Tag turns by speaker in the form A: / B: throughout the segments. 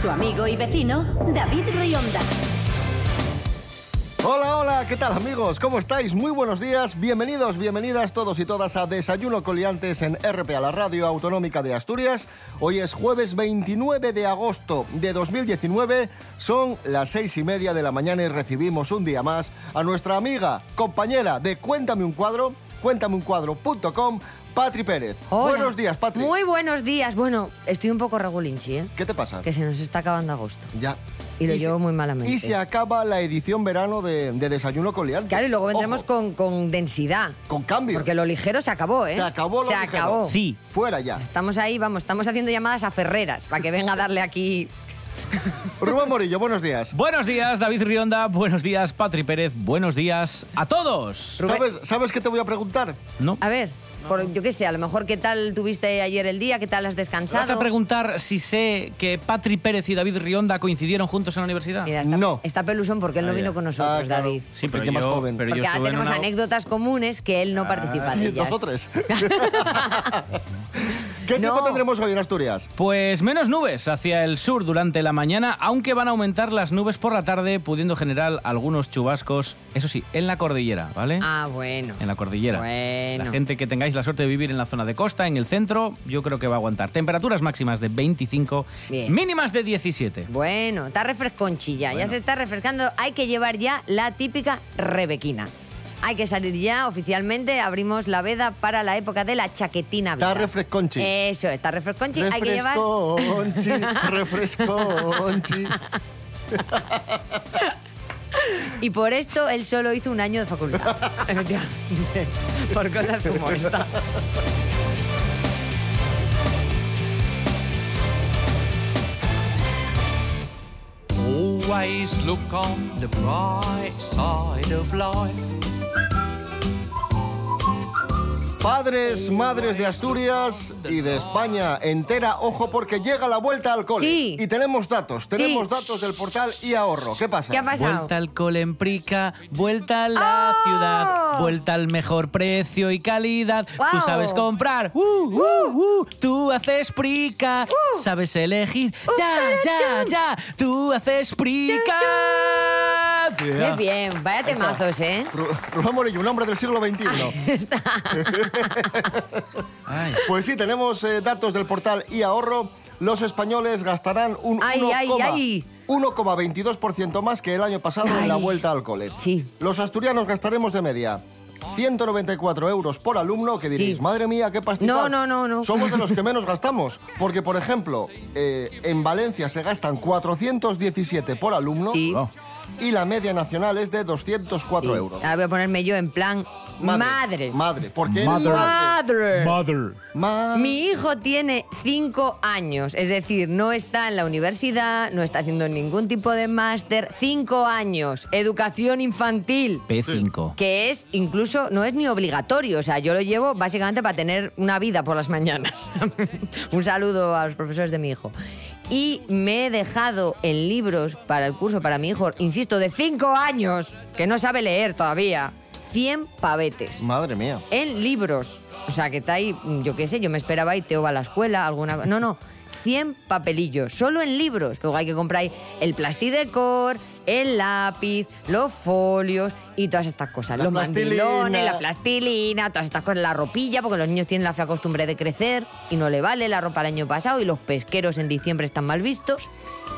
A: Su amigo y vecino, David Rionda.
B: Hola, hola, ¿qué tal amigos? ¿Cómo estáis? Muy buenos días, bienvenidos, bienvenidas todos y todas a Desayuno Coliantes en RPA, la Radio Autonómica de Asturias. Hoy es jueves 29 de agosto de 2019, son las seis y media de la mañana y recibimos un día más a nuestra amiga, compañera de Cuéntame un cuadro, cuéntameuncuadro.com, Patri Pérez.
C: Hola.
B: Buenos días, Patri.
C: Muy buenos días. Bueno, estoy un poco regulinchi, ¿eh?
B: ¿Qué te pasa?
C: Que se nos está acabando agosto.
B: Ya.
C: Y lo
B: se-
C: llevo muy malamente.
B: Y se acaba la edición verano de, de Desayuno Coliantes.
C: Claro, y luego vendremos con, con densidad.
B: Con cambios.
C: Porque lo ligero se acabó, ¿eh?
B: Se acabó lo
C: Se
B: ligero.
C: acabó.
D: Sí.
B: Fuera ya.
C: Estamos ahí, vamos, estamos haciendo llamadas a Ferreras para que venga a darle aquí.
B: Rubén Morillo, buenos días.
D: Buenos días, David Rionda. Buenos días, Patri Pérez. Buenos días a todos.
C: Rubén-
B: ¿Sabes, ¿Sabes qué te voy a preguntar?
D: No.
C: A ver, por- yo qué sé, a lo mejor qué tal tuviste ayer el día, qué tal has descansado.
D: ¿Vas a preguntar si sé que Patri Pérez y David Rionda coincidieron juntos en la universidad?
C: Mira, está,
B: No.
C: está pelusón porque él no
D: Ah, ya.
C: vino con nosotros,
B: Ah, claro.
C: pues, David.
D: Sí,
B: Porque
D: pero
B: yo
D: yo,
B: más joven.
D: pero yo
C: Porque ahora
D: estuve en
C: tenemos
D: una- Ah,
C: anécdotas comunes que él no participa de
B: Sí,
C: ellas.
B: dos o tres. ¿Qué tiempo
C: No.
B: tendremos hoy en Asturias?
D: Pues menos nubes hacia el sur durante la mañana, aunque van a aumentar las nubes por la tarde, pudiendo generar algunos chubascos, eso sí, en la cordillera, ¿vale?
C: Ah, bueno.
D: En la cordillera.
C: Bueno.
D: La gente que tengáis la suerte de vivir en la zona de costa, en el centro, yo creo que va a aguantar. Temperaturas máximas de 25,
C: Bien.
D: mínimas de 17.
C: Bueno, está refresconchilla, ya
D: Bueno.
C: se está refrescando. Hay que llevar ya la típica rebequina. Hay que salir ya oficialmente, abrimos la veda para la época de la chaquetina.
B: Está
C: vida.
B: refresconchi.
C: Eso, está refresconchi. Hay que llevar...
B: refresconchi, refresconchi.
C: Y por esto él solo hizo un año de facultad. Efectivamente. por cosas como esta.
E: Always look on the bright side of life.
B: Padres, madres de Asturias y de España entera, ojo porque llega la vuelta al cole.
C: Sí.
B: Y tenemos datos, tenemos
C: Sí.
B: datos del portal y ahorro. ¿Qué pasa?
C: ¿Qué ha pasado?
D: Vuelta al Colemprica, vuelta a la
C: ¡Oh!
D: ciudad, vuelta al mejor precio y calidad. Tú
C: ¡Guau!
D: sabes comprar, ¡uh, uh, uh! tú haces prica,
C: Uh.
D: sabes elegir, ya, ya, ya, tú haces prica.
C: Qué bien, vaya temazos, ¿eh?
B: Ru- Rubén Morillo, un hombre del siglo XXI.
D: Ay.
B: Pues sí, tenemos eh, datos del portal y ahorro. Los españoles gastarán un
C: Ay, ay,
B: 1,0,
C: ay.
B: 1,22% más que el año pasado en la
C: Ay.
B: vuelta al cole.
C: Sí.
B: Los asturianos gastaremos de media 194 euros por alumno, que diréis,
C: Sí.
B: madre mía, qué pastita.
C: No, no, no, no.
B: Somos de los que menos gastamos, porque, por ejemplo, eh, en Valencia se gastan 417 por alumno
C: Sí.
D: Oh.
B: y la media nacional es de 204
C: Sí.
B: euros.
C: Ahora voy a ponerme yo en plan... Madre.
B: Madre, porque eres
D: Madre.
B: madre.
C: Madre.
D: Mother.
B: Ma-
C: Mi hijo tiene cinco años, es decir, no está en la universidad, no está haciendo ningún tipo de máster. Cinco años, educación infantil,
D: P5.
C: que es incluso, no es ni obligatorio, o sea, yo lo llevo básicamente para tener una vida por las mañanas. Un saludo a los profesores de mi hijo. Y me he dejado en libros para el curso para mi hijo, insisto, de cinco años, que no sabe leer todavía, 100 pavetes
B: Madre mía.
C: en libros. O sea, que está ahí, yo qué sé, yo me esperaba y te va a la escuela, alguna cosa. No, no, 100 papelillos, solo en libros. Luego hay que comprar ahí el plastidecor, el lápiz, los folios y todas estas cosas.
B: La
C: los
B: plastilina.
C: mandilones, la plastilina, todas estas cosas, la ropilla, porque los niños tienen la fea costumbre de crecer y no le vale la ropa el año pasado y los pesqueros en diciembre están mal vistos.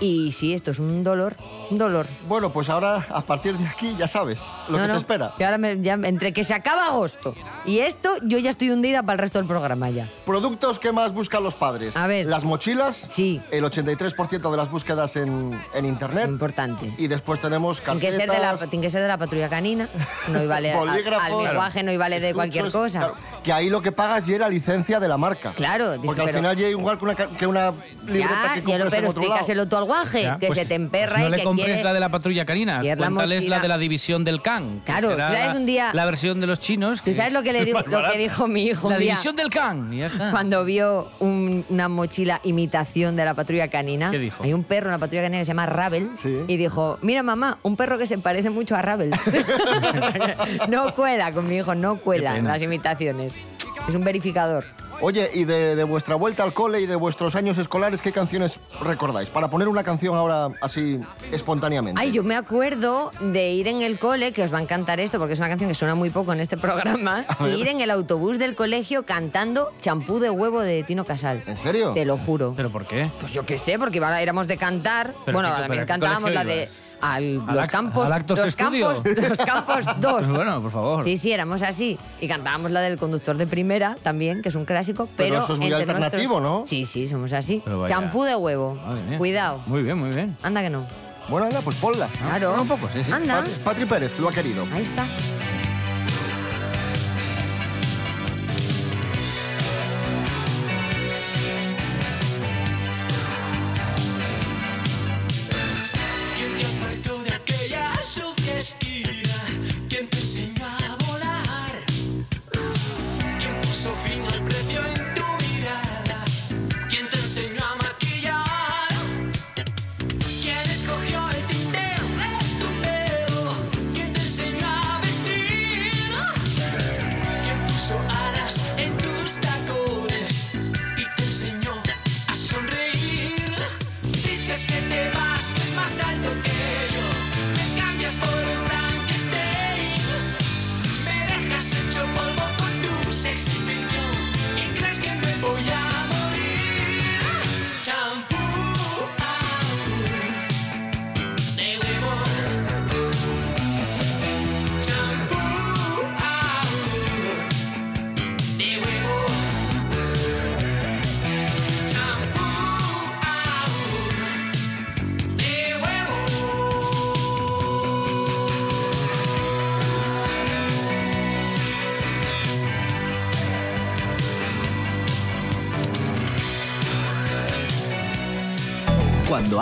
C: Y sí, esto es un dolor, un dolor.
B: Bueno, pues ahora a partir de aquí ya sabes lo
C: No,
B: que
C: no.
B: te espera.
C: Yo ahora me- ya- entre que se acaba agosto y esto, yo ya estoy hundida para el resto del programa ya.
B: Productos que más buscan los padres.
C: A ver.
B: Las mochilas.
C: Sí.
B: El 83% de las búsquedas en, en internet.
C: Importante.
B: Eh, Y Después tenemos
C: Tiene que,
B: carpetas...
C: ser de la, tiene que ser de la patrulla canina. No y vale a-
B: Bolígrafos.
C: al lenguaje, no y vale de
B: estuches,
C: cualquier cosa.
B: claro, que ahí lo que pagas ya es la licencia de la marca.
C: Claro, dice,
B: Porque al
C: pero-
B: final ya igual que una, ca- que una libreta que
C: Ya, ya
B: compras en
C: lo- pero
B: otro lado.
C: explícaselo tú al guaje,
D: Ya,
C: que
D: pues,
C: se te emperra
D: pues
C: y
D: no
C: que
D: le compres
C: quiere-
D: la de la patrulla canina.
C: Quiere la
D: Cuéntales
C: mochila.
D: la de la división del can. que
C: Claro,
D: será
C: ¿sabes?
D: la-
C: Un día-
D: La versión de los chinos.
C: ¿Tú sabes lo que, le
D: es
C: digo,
D: más
C: lo que
D: barata.
C: dijo mi hijo
D: La
C: un día?
D: división del can. y ya está.
C: Cuando vio un- una mochila imitación de la patrulla canina,
D: ¿Qué dijo?
C: hay un perro en la patrulla canina que se llama Ravel
B: Sí.
C: y dijo, mira mamá, un perro que se parece mucho a Ravel. no cuela con mi hijo, no
D: Qué
C: cuelan
D: pena.
C: las imitaciones. Es un verificador.
B: Oye, y de, de vuestra vuelta al cole y de vuestros años escolares, ¿qué canciones recordáis? Para poner una canción ahora así espontáneamente.
C: Ay, yo me acuerdo de ir en el cole, que os va a encantar esto porque es una canción que suena muy poco en este programa,
B: A ver.
C: y ir en el autobús del colegio cantando Champú de huevo de Tino Casal.
B: ¿En serio?
C: Te lo juro.
D: ¿Pero por qué?
C: Pues yo qué sé, porque ahora éramos de cantar.
D: Pero
C: bueno,
D: qué-
C: ahora
D: pero
C: me
D: ¿a qué
C: cantábamos la
D: colegio
C: de
D: ibas?
C: al-
D: Al
C: los
D: ac-
C: campos.
D: al Actos
C: los
D: Estudio.
C: campos, los campos dos.
D: Pues bueno, por favor.
C: Sí, sí, éramos así. Y cantábamos la del conductor de primera también, que es un clásico. Pero,
B: Pero eso es muy
C: entre
B: alternativo,
C: nosotros-
B: ¿no?
C: Sí, sí, somos así.
D: Pero vaya.
C: Champú de huevo.
D: Madre mía.
C: Cuidado.
D: Muy bien, muy bien.
C: Anda que no.
B: Bueno, anda, pues ponla.
C: Claro.
D: bueno, un poco, sí, sí.
C: Anda.
B: Pat- Patri Pérez lo ha querido.
C: Ahí está.
F: ¿Quién te apartó de aquella sucia esquina? ¿Quién te enseñó a volar? ¿Quién puso fin al precio en tu mirada? ¿Quién te enseñó a maquillar? ¿Quién escogió el tinteo de tu pelo? ¿Quién te enseñó a vestir? ¿Quién puso alas en tus tacones y te enseñó a sonreír? Dices que te vas, que es más alto que yo. Me cambias por un Frankenstein. Me dejas hecho polvo con tu sexy ficción y crees que me voy a morir. Champú, au, de huevo. Champú, au, de huevo, champú, au, de huevo.
G: Cuando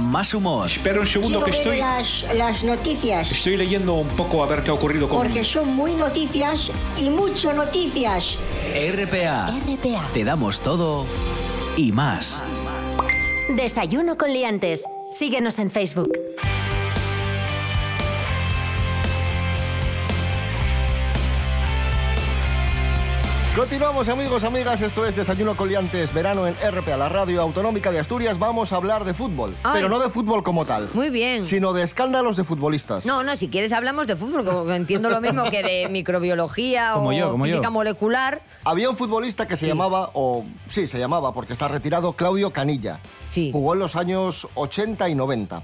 G: Más humor,
H: Espera un segundo
I: Quiero ver las, las noticias,
H: Estoy leyendo un poco a ver qué ha ocurrido
I: porque son muy noticias y mucho noticias.
G: RPA.
I: RPA.
G: Te damos todo y más.
A: Desayuno con liantes. Síguenos en Facebook.
B: Continuamos amigos, amigas, esto es Desayuno Coliantes, verano en RPA, la radio autonómica de Asturias. Vamos a hablar de fútbol,
C: Ay.
B: pero no de fútbol como tal.
C: Muy bien.
B: Sino de escándalos de futbolistas.
C: No, no, si quieres hablamos de fútbol, como que entiendo lo mismo que de microbiología
D: Como
C: o
D: yo, como yo.
C: física molecular.
B: Había un futbolista que se llamaba, o sí, se llamaba, porque está retirado, Claudio Canilla.
C: Sí. Hmm.
B: Jugó en los años 80 y 90.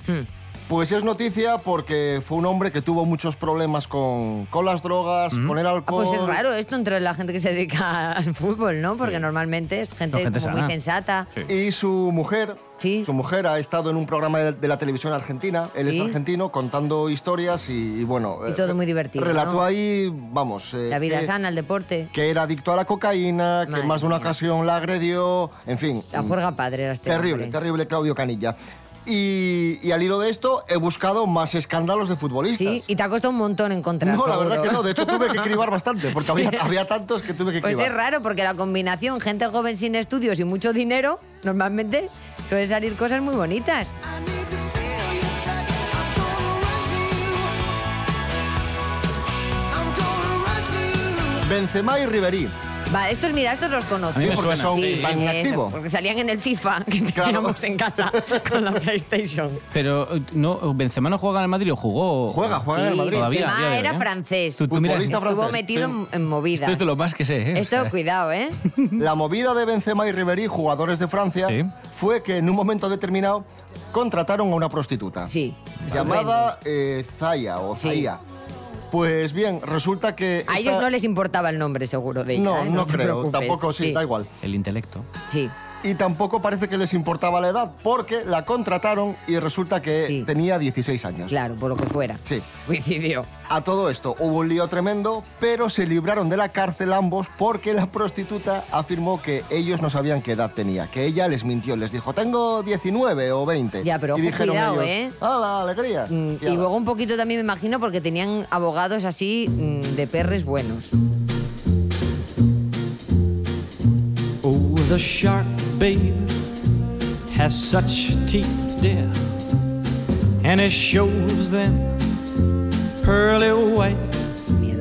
B: Pues es noticia porque fue un hombre que tuvo muchos problemas con, con las drogas, con el
C: Ah,
B: alcohol.
C: pues es raro esto entre la gente que se dedica al fútbol, ¿no? Porque normalmente es gente,
D: Son gente
C: como muy
D: sana.
C: sensata.
D: Sí.
B: Y su mujer,
C: Sí.
B: su mujer ha estado en un programa de, de la televisión argentina, él
C: Sí.
B: es argentino, contando historias y, y bueno...
C: Y
B: eh,
C: todo muy divertido,
B: Relató
C: ¿no?
B: ahí, vamos... eh,
C: La vida
B: que,
C: sana, el deporte.
B: que era adicto a la cocaína, que
C: Madre
B: en más de una
C: mía.
B: ocasión la agredió, en fin...
C: La
B: mm,
C: juerga padre era este
B: Terrible,
C: hombre.
B: terrible Claudio Canilla. Y, y al hilo de esto, he buscado más escándalos de futbolistas.
C: Sí, y te ha costado un montón encontrar.
B: no, la
C: seguro.
B: verdad que no. De hecho, tuve que cribar bastante, porque había, había tantos que tuve que
C: Pues
B: cribar.
C: es raro, porque la combinación gente joven sin estudios y mucho dinero, normalmente suele salir cosas muy bonitas.
B: Benzema y Ribery.
C: Va, estos, mira, estos los conozco.
B: Sí, porque son,
C: Sí,
B: están en
C: eso,
B: activo.
C: Porque salían en el FIFA que teníamos en casa con la PlayStation.
D: Pero eh, no, Benzema no juega en el Madrid o jugó.
B: Juega, juega en el
C: Sí,
B: Madrid.
D: Todavía,
C: Benzema
D: a día de hoy,
C: era
D: ¿eh?
C: francés.
D: Tú- tú mira-
B: Futbolista
C: Estuvo
B: francés,
C: metido
B: sí.
C: en- en movida.
D: Esto es de lo más que sé, ¿eh? O
C: Esto,
D: sea,
C: cuidado, ¿eh?
B: La movida de Benzema y Ribery, jugadores de Francia,
D: Sí.
B: fue que en un momento determinado contrataron a una prostituta.
C: Sí.
B: Llamada eh, Zaya o
C: Sí.
B: Zaya. Pues bien, resulta que... esta-
C: A ellos no les importaba el nombre, seguro, de ella.
B: No,
C: ¿eh?
B: no
C: te
B: creo,
C: preocupes.
B: tampoco, sí, da igual.
D: El intelecto.
C: Sí.
B: Y tampoco parece que les importaba la edad, porque la contrataron y resulta que
C: Sí.
B: tenía 16 años.
C: Claro, por lo que fuera.
B: Sí.
C: Coincidió.
B: A todo esto hubo un lío tremendo, pero se libraron de la cárcel ambos porque la prostituta afirmó que ellos no sabían qué edad tenía, que ella les mintió, les dijo, tengo 19 o 20.
C: Ya, pero
B: y
C: ojo,
B: dijeron
C: cuidado,
B: ellos,
C: ¿eh?
B: ¡Ah, la alegría!
C: Mm,
B: ala.
C: Y luego un poquito también me imagino porque tenían abogados así mm, de perres buenos.
E: Oh, the shark, babe, has such teeth, dear, and it shows them pearly white.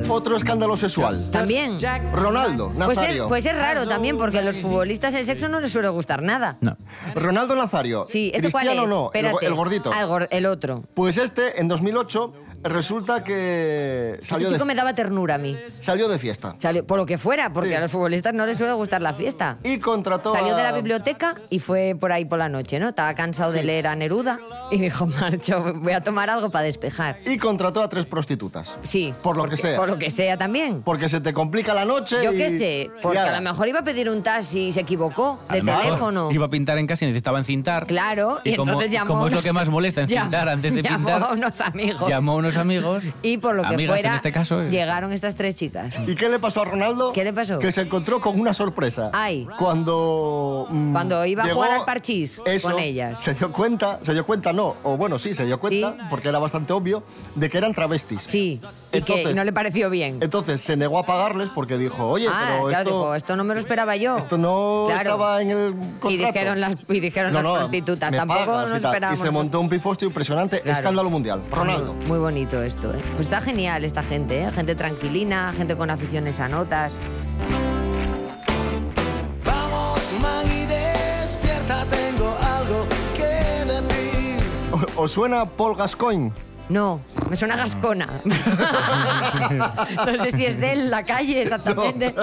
B: Otro escándalo sexual.
C: También.
B: Ronaldo,
C: Pues es,
B: Nazario.
C: pues es raro también porque a los futbolistas el sexo no les suele gustar nada.
D: No.
B: Ronaldo Nazario.
C: Sí, ¿este cuál
B: Cristiano
C: es?
B: no, el, go-
C: Espérate.
B: el gordito.
C: Ah, el, gor- el otro.
B: Pues este, en 2008, resulta que
C: Este
B: salió
C: chico
B: de,
C: me daba ternura a mí.
B: salió de fiesta.
C: Salió- por lo que fuera, porque
B: Sí.
C: a los futbolistas no les suele gustar la fiesta.
B: Y contrató
C: Salió
B: a-
C: de la biblioteca y fue por ahí por la noche, ¿no? Estaba cansado de leer a Neruda y dijo, marcho, voy a tomar algo para despejar.
B: Y contrató a tres prostitutas.
C: Sí.
B: Por lo que sea.
C: Por lo que sea también.
B: Porque se te complica la noche
C: Yo
B: y-
C: qué sé,
B: y
C: porque
B: ala.
C: a lo mejor iba a pedir un taxi y se equivocó
D: A
C: de
D: lo mejor
C: teléfono.
D: Ah, Iba a pintar en casa y necesitaba encintar.
C: Claro, y,
D: Y, como,
C: entonces llamó.
D: como es lo
C: unos-
D: que más molesta,
C: Llamó-
D: encintar antes de pintar.
C: Llamó a unos amigos.
D: Llamó a unos amigos.
C: Y por lo que
D: amigas
C: fuera,
D: en este caso. eh.
C: llegaron estas tres chicas.
B: ¿Y qué le pasó a Ronaldo?
C: ¿Qué le pasó?
B: Que se encontró con una sorpresa.
C: Ay.
B: Cuando. mm,
C: Cuando iba a
B: llegó-
C: jugar al parchís
B: eso,
C: con ellas.
B: Se dio cuenta, se dio cuenta, no, o bueno, sí, se dio cuenta,
C: Sí.
B: porque era bastante obvio, de que eran travestis.
C: Sí, y
B: Entonces,
C: que no le pareció bien.
B: entonces se negó a pagarles porque dijo, oye,
C: ah,
B: pero
C: claro,
B: esto,
C: dijo, esto no me lo esperaba yo.
B: esto no
C: Claro.
B: estaba en el contrato.
C: Y dijeron las, y dijeron
B: No,
C: las
B: no,
C: prostitutas,
B: me
C: tampoco
B: pagas
C: lo
B: y tal.
C: esperábamos.
B: Y se montó un pifostio impresionante,
C: Claro.
B: escándalo mundial. Ronaldo.
C: Muy, muy bonito esto, ¿eh? Pues está genial esta gente, ¿eh? Gente tranquilina, gente con aficiones a notas.
F: Vamos, Maggie, despierta, tengo algo que decir.
B: ¿Os suena Paul Gascoigne?
C: No, me suena gascona. no sé si es de él, la calle exactamente.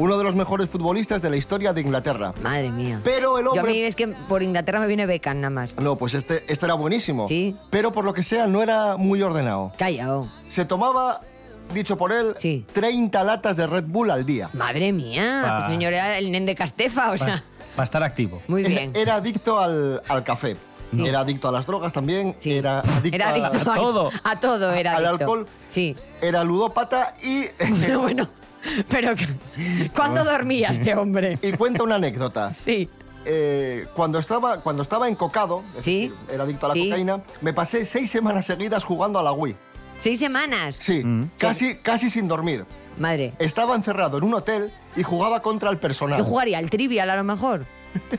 B: Uno de los mejores futbolistas de la historia de Inglaterra.
C: Madre mía.
B: Pero el
C: Yo a mí
B: hombre...
C: es que por Inglaterra me viene Beckham nada más.
B: No, pues este, este era buenísimo.
C: Sí.
B: Pero por lo que sea, no era muy ordenado.
C: Callao.
B: Se tomaba, dicho por él,
C: Sí.
B: 30 latas de Red Bull al día.
C: Madre mía,
D: Pa.
C: este señor era el nen de Castefa, o
D: Para,
C: sea.
D: para estar activo.
C: Muy bien.
B: Era, era adicto al, al café. Era adicto a las drogas también.
C: Sí.
B: Era adicto,
C: Era
B: a-
C: adicto
D: a todo.
C: A todo era
B: Al
C: adicto.
B: alcohol.
C: Sí.
B: Era ludópata y,
C: Bueno, bueno. Pero, que- ¿cuándo dormía este hombre?
B: y cuenta una anécdota.
C: Sí.
B: Eh, cuando, estaba, cuando estaba encocado, es
C: Sí.
B: decir, era adicto a la
C: Sí.
B: cocaína, me pasé seis semanas seguidas jugando a la Wii.
C: ¿Seis semanas?
B: Sí, casi, casi sin dormir.
C: Madre.
B: Estaba encerrado en un hotel y jugaba contra el personal.
C: Yo jugaría al trivial a lo mejor.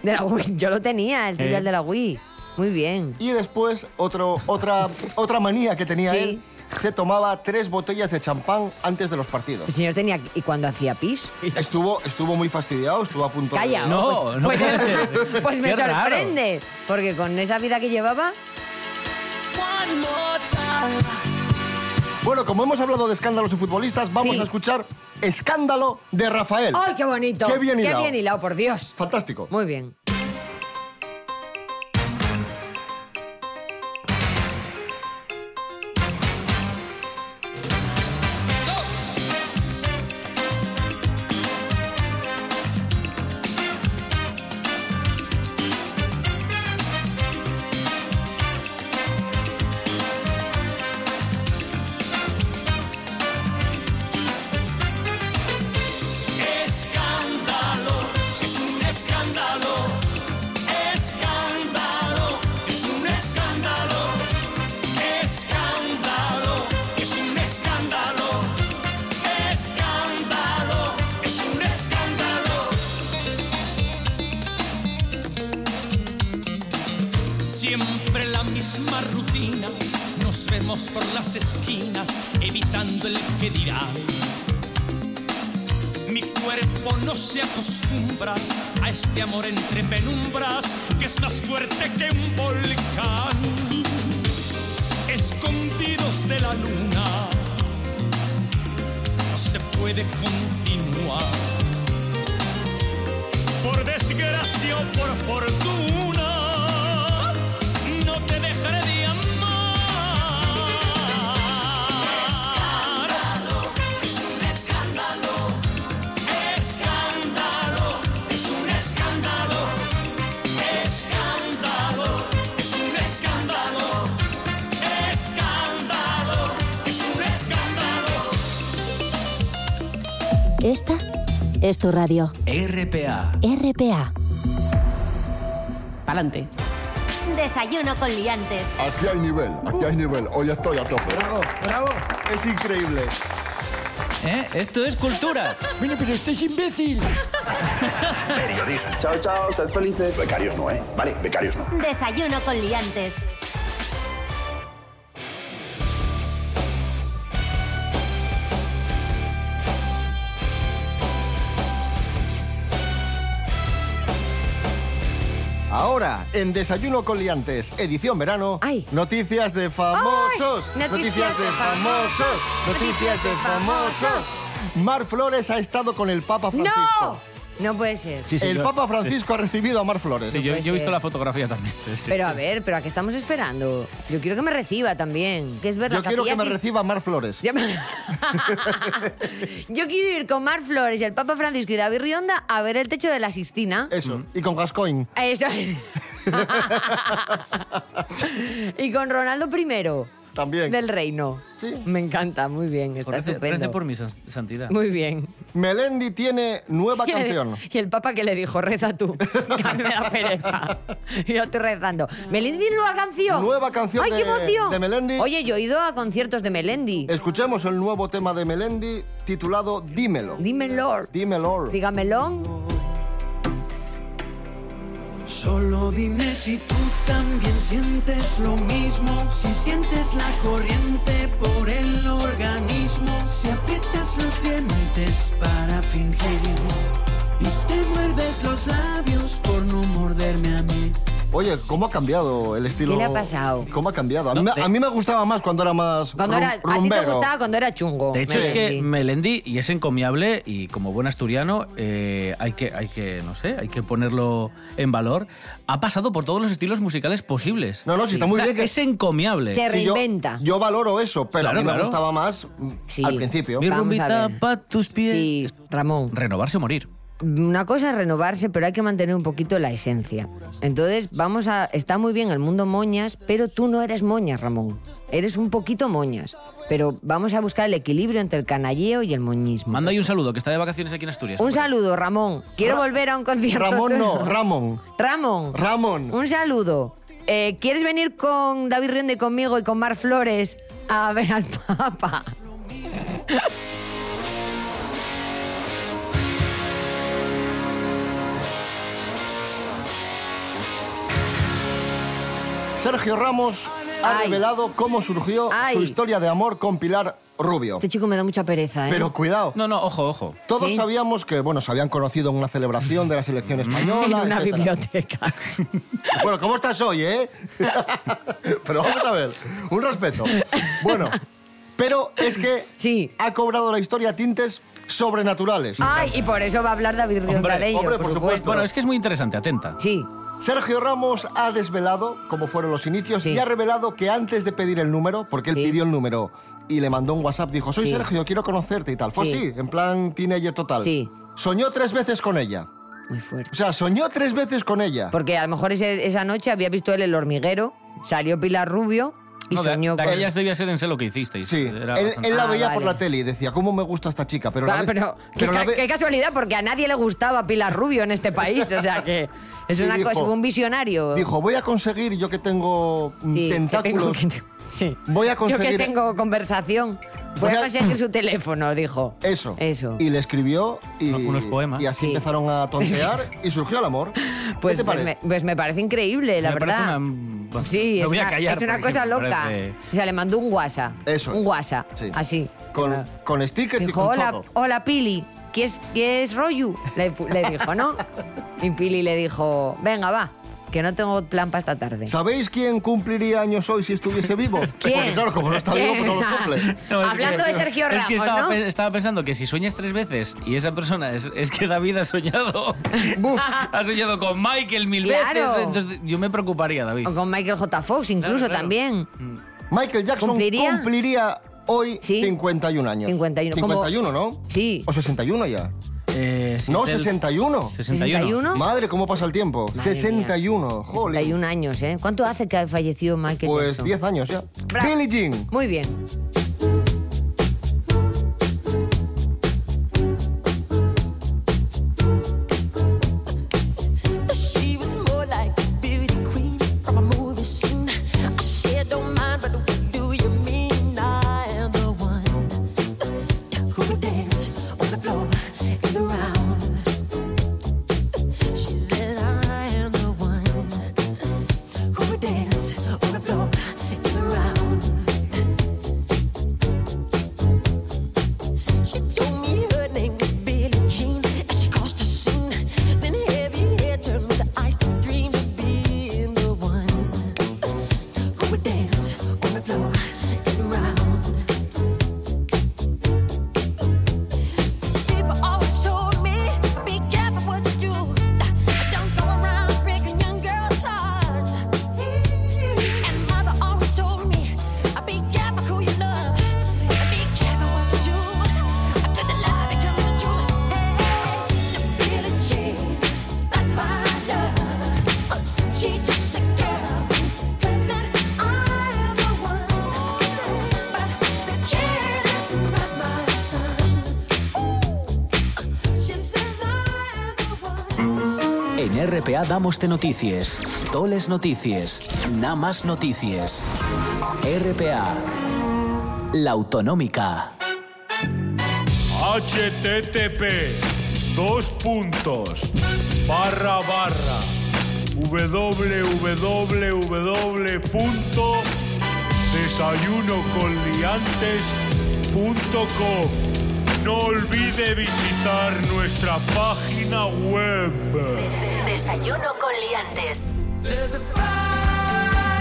C: De la Wii. Yo lo tenía, el
D: Eh.
C: trivial de la Wii. Muy bien.
B: Y después, otro, otra, otra manía que tenía
C: Sí.
B: él, se tomaba tres botellas de champán antes de los partidos.
C: El señor tenía. ¿Y cuando hacía pis?
B: Estuvo, estuvo muy fastidiado, estuvo a punto
C: Calla.
B: de...
D: No,
C: pues,
D: no
C: pues-
D: puede ser.
C: pues me
D: Qué raro.
C: sorprende. Porque con esa vida que llevaba.
F: One more time.
B: Bueno, como hemos hablado de escándalos y futbolistas, vamos
C: Sí.
B: a escuchar Escándalo de Rafael.
C: ¡Ay, qué bonito!
B: Qué bien hilado.
C: ¡Qué bien hilado, por Dios!
B: Fantástico.
C: Muy bien.
F: Escándalo, es un escándalo. Escándalo, es un escándalo. Escándalo, es un escándalo. Escándalo, es un escándalo. Siempre la misma rutina, nos vemos por las esquinas, evitando el que dirán. Mi cuerpo
J: cuerpo no se acostumbra a este amor entre penumbras que es más fuerte que un volcán. Escondidos de la luna, no se puede continuar. Por desgracia o por fortuna, no te dejaré de amar.
F: Es un escándalo, escándalo, es un escándalo, escándalo, es un escándalo, escándalo, es un escándalo.
A: Esta es tu radio.
G: RPA.
A: RPA.
K: Pa'lante.
A: Desayuno con liantes.
L: Aquí hay nivel, aquí hay nivel. Hoy estoy a tope. Bravo,
B: bravo. Es increíble.
D: ¿Eh? Esto es cultura. Bueno, pero usted es imbécil.
M: Periodismo. Chao, chao, sed felices. Becarios no, ¿eh? Vale, becarios no.
A: Desayuno con liantes.
B: Ahora, en Desayuno con Liantes, edición verano, noticias de famosos.
F: Ay,
B: noticias de famosos. Noticias de famosos. Mar Flores ha estado con el Papa Francisco.
C: No puede ser.
B: Sí, sí, El yo- Papa Francisco ha recibido a Mar Flores.
D: Sí, yo,
C: Puede
D: yo he visto
C: ser.
D: la fotografía también. sí, sí.
C: Pero a ver, pero ¿a qué estamos esperando? Yo quiero que me reciba también. Que es verdad
B: Yo quiero
C: hacía
B: que me
C: seis-
B: reciba Mar Flores.
C: Ya me- Yo quiero ir con Mar Flores y el Papa Francisco y David Rionda a ver el techo de la Sistina.
B: Eso. Y con Gascoigne.
C: Eso. y con Ronaldo primero.
B: También.
C: Del reino.
B: Sí.
C: Me encanta, muy bien, está
D: Rece-
C: estupendo.
D: rece por mi san- santidad.
C: Muy bien.
B: Melendi tiene nueva
C: Y el-
B: canción.
C: Y el papa que le dijo, reza tú. que a mí me da pereza. Yo estoy rezando. Melendi tiene nueva canción.
B: Nueva canción
C: ¡Ay, qué
B: de-
C: emoción!
B: de Melendi.
C: Oye, yo he ido a conciertos de Melendi.
B: Escuchemos el nuevo tema de Melendi titulado Dímelo.
C: Dímelo.
B: Dímelo.
C: Dígamelo.
F: Solo dime si tú también sientes lo mismo, si sientes la corriente por el organismo, si aprietas los dientes para fingir y te muerdes los labios por no morderme a mí.
B: Oye, ¿cómo ha cambiado el estilo?
C: ¿Qué le ha pasado?
B: ¿Cómo ha cambiado? A mí,
D: eh.
B: me- a mí me gustaba más cuando era más
C: Cuando
B: rum-
C: era, a ti te
B: rumbero.
C: gustaba cuando era chungo.
D: De hecho, es
C: Melendi.
D: que Melendi, y es encomiable, y como buen asturiano, eh, hay, que, hay que, no sé, hay que ponerlo en valor, ha pasado por todos los estilos musicales posibles.
B: No, no, sí, está muy
D: O sea,
B: bien que-
D: Es encomiable.
C: Se
B: Sí, yo-
C: reinventa.
B: Yo, valoro eso, pero a
D: Claro,
B: mí me
D: claro.
B: gustaba más mm, al principio.
D: Mi rumbita
C: ver.
D: pa' tus pies.
C: Sí, Ramón.
D: Renovarse o morir.
C: Una cosa es renovarse, pero hay que mantener un poquito la esencia. Entonces, vamos a. Está muy bien el mundo moñas, pero tú no eres moñas, Ramón. Eres un poquito moñas. Pero vamos a buscar el equilibrio entre el canalleo y el moñismo.
D: Manda ahí un saludo, que está de vacaciones aquí en Asturias.
C: Un saludo, Ramón. Quiero
D: Ra-
C: volver a un concierto.
B: Ramón no,
C: tuyo.
B: Ramón.
C: Ramón.
B: Ramón.
C: Un saludo. Eh, ¿Quieres venir con David Rionde y conmigo y con Mar Flores a ver al Papa?
B: Sergio Ramos ha revelado cómo surgió su historia de amor con Pilar Rubio.
C: Este chico me da mucha pereza, ¿eh?
B: Pero cuidado.
D: No, no, ojo, ojo.
B: Todos
C: Sí. Mm.
B: sabíamos que, bueno, se habían conocido en una celebración de la selección española.
C: en una
B: etcétera.
C: biblioteca.
B: Bueno, ¿cómo estás hoy, eh? pero vamos a ver, un respeto. Bueno, pero es que ha cobrado la historia tintes sobrenaturales.
C: Ay, y por eso va a hablar David Rionda de ello, por, supuesto.
D: Bueno, es que es muy interesante, atenta.
C: Sí.
B: Sergio Ramos ha desvelado cómo fueron los inicios y ha revelado que antes de pedir el número, porque él pidió el número y le mandó un WhatsApp, dijo, soy
C: Sí.
B: Sergio, quiero conocerte y tal. Fue
C: Sí.
B: así, en plan teenager total.
C: Sí.
B: Soñó tres veces con ella.
C: Muy fuerte.
B: O sea, soñó tres veces con ella.
C: Porque a lo mejor ese- esa noche había visto él el hormiguero, salió Pilar Rubio y
D: No, de-
C: soñó
D: de
C: con...
D: aquellas debía ser en sé lo que hicisteis. Sí,
B: Él, él la veía por la tele y decía, ¿cómo me gusta esta chica? Pero, la
C: Ah,
B: ve-
C: pero,
B: pero
C: qué,
B: la
C: ca-
B: ve-
C: qué casualidad, porque a nadie le gustaba Pilar Rubio en este país. O sea que es
B: Y
C: una
B: dijo-
C: cosa, un visionario.
B: Dijo, voy a conseguir, yo que tengo mm,
C: Sí, que
B: tentáculos,
C: tengo- sí.
B: voy a
C: Yo
B: conseguir...
C: que tengo conversación. Voy
B: Voy
C: a
B: a-
C: conseguir su teléfono, dijo.
B: Eso.
C: Eso.
B: Y le escribió y, y así empezaron a tontear y surgió el amor.
C: Pues,
B: ¿Qué te
C: pues,
B: parece?
C: me, pues me parece increíble, la
B: Me parece
C: verdad.
D: una-
C: Sí,
D: Me
C: es
D: voy a
C: una,
D: callar
C: es una
D: porque
C: cosa
D: me
C: loca.
D: parece-
C: O sea, le mandó un WhatsApp.
B: Eso
C: Un
B: es.
C: WhatsApp.
B: Sí.
C: Así. Ah.
B: Con, con stickers y
C: Dijo,
B: con
C: hola,
B: todo.
C: hola Pili, ¿quieres, quieres rollo? Le, pu- le dijo, ¿no? Y Pili le dijo, venga, va, que no tengo plan para esta tarde.
B: ¿Sabéis quién cumpliría años hoy si estuviese vivo?
C: ¿Quién?
B: Porque claro, como no está vivo, pues no lo cumple.
D: No, es
C: Hablando de Sergio
D: Es que
C: Ramos,
D: estaba,
C: ¿no?
D: pe- estaba pensando que si sueñas tres veces y esa persona es, es que David ha soñado. ha soñado con Michael mil
C: Claro.
D: veces. Entonces yo me preocuparía, David.
C: O con Michael J. Fox incluso
D: Claro, claro.
C: también.
B: Mm. Michael Jackson
C: ¿Cumpliría?
B: cumpliría, hoy 51 años.
C: 51, ¿cómo?
B: 51, ¿no?
C: Sí.
B: O 61 ya.
D: sí,
B: no,
D: del-
B: 61.
C: 61.
B: Madre, ¿cómo pasa el tiempo? 61, jolín.
C: 31 años, ¿eh? ¿Cuánto hace que falleció Michael
B: Pues
C: Jackson?
B: 10 años ya.
C: Bravo.
B: Billie Jean.
C: Muy bien.
N: She was more like a beauty queen from a movie scene. I said, don't mind, but what do you mean? I am the one who will dance on the floor in the round. She said, I am the one who will dance on the floor in the round. She told me her name was Billie Jean as she crossed the scene. Then heavy hair turned with the eyes to dream of being the one who would dance on the floor and around. People always told me, be careful what you do. Don't go around breaking young girls' hearts. And mother always told me, be careful who you love. Be careful what you do. 'Cause the love becomes the truth. The Billie Jean's not my love. She's just a girl. that I am the one. But the kid is not my son. She says I am the
O: En RPA damoste noticias, toles noticias, nada más noticias. RPA, la autonómica.
P: HTTP, dos puntos, barra barra, www.desayunoconliantes.com. No olvide visitar nuestra página web.
A: Desayuno con liantes.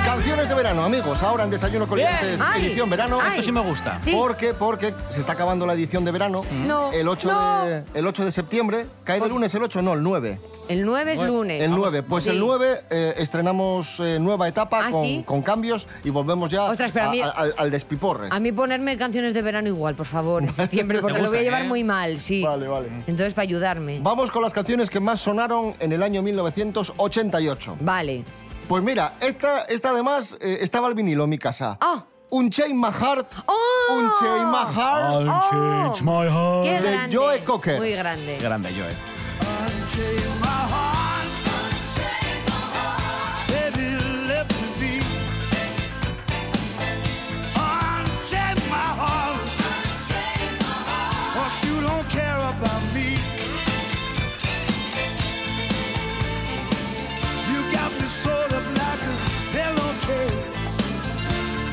B: Canciones de verano, amigos. Ahora en Desayuno con
D: Bien.
B: Liantes,
D: Ay.
B: edición verano.
D: Esto sí me gusta.
C: Sí.
B: Porque, porque se está acabando la edición de verano.
C: No,
B: El 8,
C: no.
B: de, el 8 de septiembre. ¿Cae de lunes el 8? No, el 9.
C: El 9 es lunes.
B: El 9. Pues
C: Eh, Sí.
B: el 9 eh, estrenamos eh, nueva etapa
C: ¿Ah,
B: con,
C: sí?
B: con cambios y volvemos ya
C: Ostras, pero a
B: a-
C: mí-
B: a- al, al despiporre.
C: A mí ponerme canciones de verano igual, por favor, en septiembre, porque
B: Me
C: lo voy a
B: gusta,
C: llevar
B: ¿eh?
C: muy mal, sí.
B: Vale, vale.
C: Entonces, para ayudarme.
B: Vamos con las canciones que más sonaron en el año 1988.
C: Vale.
B: Pues mira, esta, esta además eh, estaba el vinilo en mi casa.
C: ¡Ah!
B: Un Chain My Heart. Un Chain My Heart.
D: Oh.
P: I'll change my heart.
C: ¡Qué
B: de
C: grande!
B: Joe Cocker.
C: Muy grande.
D: Grande yo, eh.
F: Baby, let me be. Unchain my heart. Cause you don't care about me. You got me sort of like a pillowcase.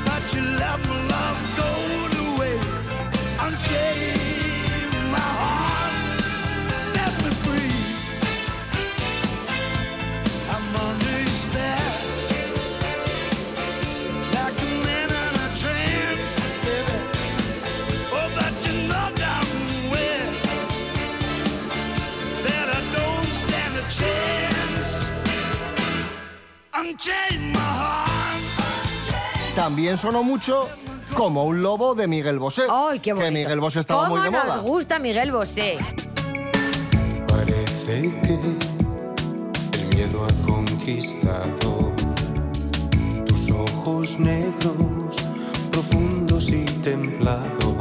F: But you let my love go to waste. Unchain my heart. Let me free. I'm under your spell, like a man in a trance, baby. Oh, but you know damn well that I don't stand a chance. Unchain my heart.
B: También sonó mucho como un lobo de Miguel Bosé.
C: ¡Ay, qué bonito!
B: Que Miguel Bosé estaba
C: ¿Cómo
B: muy de
C: nos
B: moda.
C: gusta Miguel Bosé?
Q: Parece que el miedo ha conquistado tus ojos negros, profundos y templados.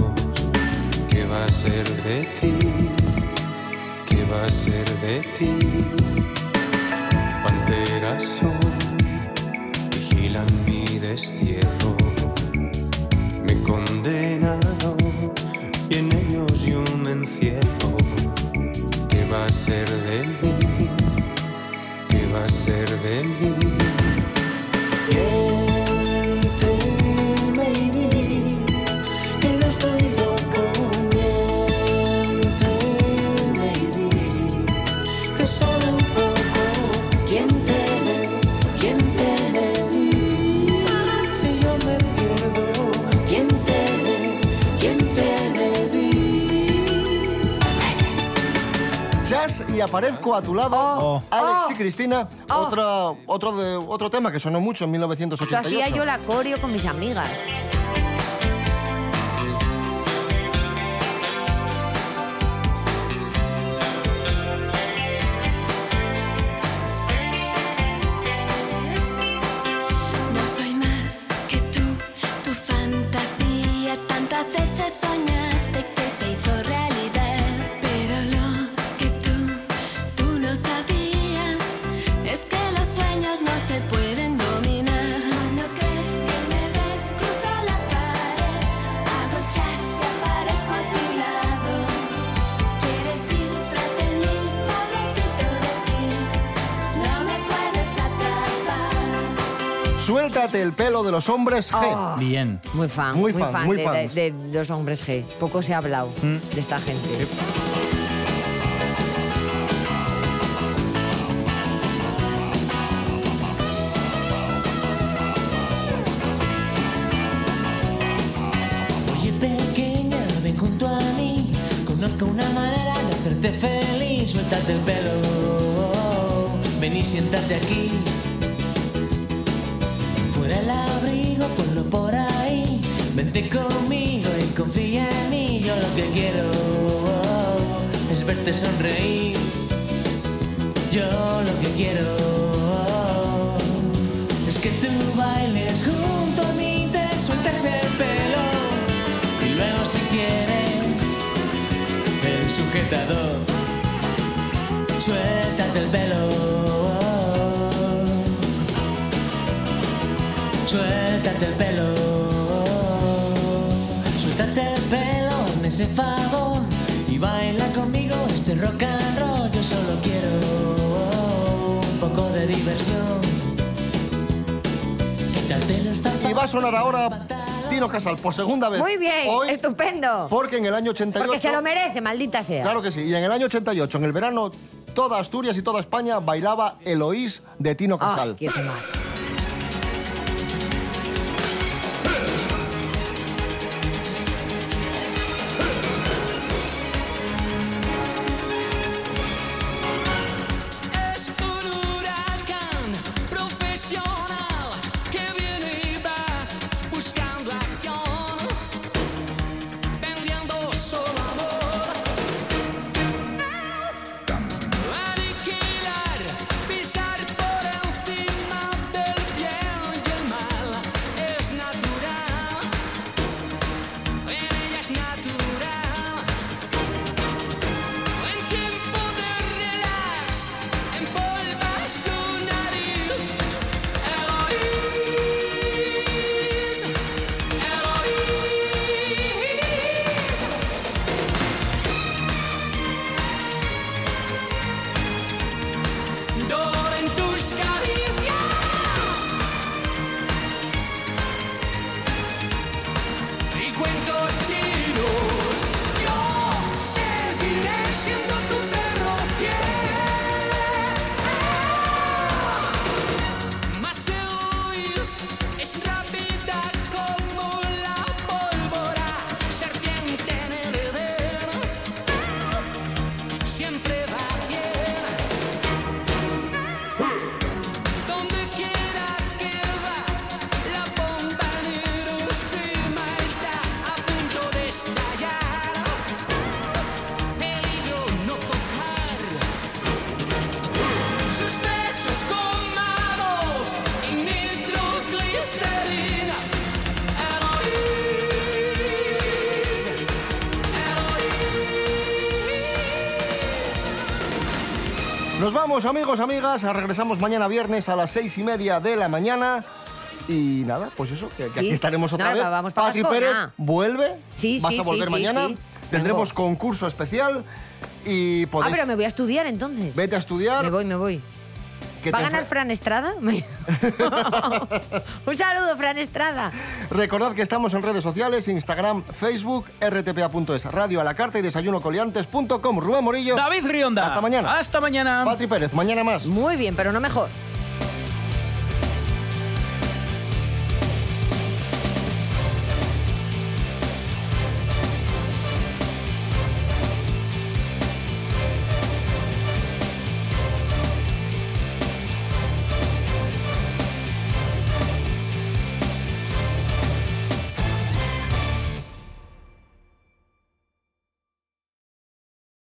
Q: ¿Qué va a ser de ti? ¿Qué va a ser de ti? Banderas son, vigilan mi destierro. Me he condenado y en ellos yo me encierro. ¿Qué va a ser de mí? ¿Qué va a ser de mí?
N: Miénteme, que no estoy loco, miénteme
B: y aparezco a tu lado,
C: Oh.
B: Alex
C: Oh.
B: y Cristina,
C: Oh.
B: otra- otro, de- otro tema que sonó mucho en
C: Esto
B: 1988.
C: hacía yo la coreo con mis amigas.
N: No soy más que tú, tu fantasía. Tantas veces soñaste que se hizo realidad. Pero lo que tú, tú no sabías es que los sueños no se pueden dominar. No crees que me ves cruzar la pared. Hago chas y aparezco a tu lado. Quieres ir tras de mí, pobrecito de ti. No me puedes atrapar.
B: Suéltate el pelo de los hombres G.
C: Oh.
D: Bien.
C: Muy fan,
B: Muy
C: muy,
B: fan,
C: fan,
B: muy
C: de,
B: fans. Mm.
C: de- de los hombres G. Poco se ha hablado de esta gente.
F: Oye pequeña, ven junto a mí Conozco una manera de hacerte feliz Suéltate el pelo Ven y siéntate aquí Fuera el abrigo, ponlo por ahí Vente conmigo y confía en mí Yo lo que quiero Es verte sonreír Yo lo que quiero es que tú bailes junto a mí, te sueltas el pelo y luego si quieres el sujetador. Suéltate el pelo. Suéltate el pelo. Suéltate el pelo, me ese favor y baila conmigo este rock and roll. Yo solo quiero un poco de diversión. Quítate los
B: Y va a sonar ahora Tino Casal por segunda vez.
C: Muy bien,
B: Hoy,
C: estupendo.
B: porque en el año 88.
C: Porque se lo merece, maldita sea.
B: Claro que sí. Y en el año 88, en el verano, toda Asturias y toda España bailaba Eloís de Tino Casal.
C: Ah, qué temazo.
F: Es un huracán profesional que viene y va buscando acción, vendiendo solo amor. Aniquilar, pisar por encima del bien y el mal es natural. En ella es natural. En tiempo de relax, empolva su nariz. Eloís, Eloís. Dolor en tus caricias. Y cuentos chinos, yo seguiré siendo tu perro fiel. Mas Luis es rápida como la pólvora, serpiente en el heredero, siempre va fiel. Donde quiera que va, la bomba en Hiroshima está a punto de estallar. Peligro no tocar. Sus pechos colmados en nitroglicerina. Eloís, Eloís.
B: Nos vamos, amigos, amigas. Regresamos mañana viernes a las seis y media de la mañana. Y nada, pues eso, que, que
C: Sí.
B: aquí estaremos otra
C: Nada,
B: vez.
C: vamos pa'
B: Patri
C: Vascona.
B: Pérez vuelve.
C: Sí,
B: Vas
C: sí,
B: a volver
C: sí, sí,
B: mañana.
C: sí.
B: Tendremos concurso especial y
C: Ah,
B: podéis...
C: pero me voy a estudiar entonces.
B: Vete a estudiar.
C: Me voy, me voy.
B: que
C: ¿Va a
B: te
C: ganar
B: enfre-
C: Fran Estrada? Me- Un saludo, Fran Estrada.
B: Recordad que estamos en redes sociales, Instagram, Facebook, rtpa.es, radio a la carta y desayunocoliantes.com. Rubén Morillo.
D: David Rionda.
B: Hasta mañana.
D: Hasta mañana.
B: Patri Pérez, mañana más.
C: Muy bien, pero no mejor.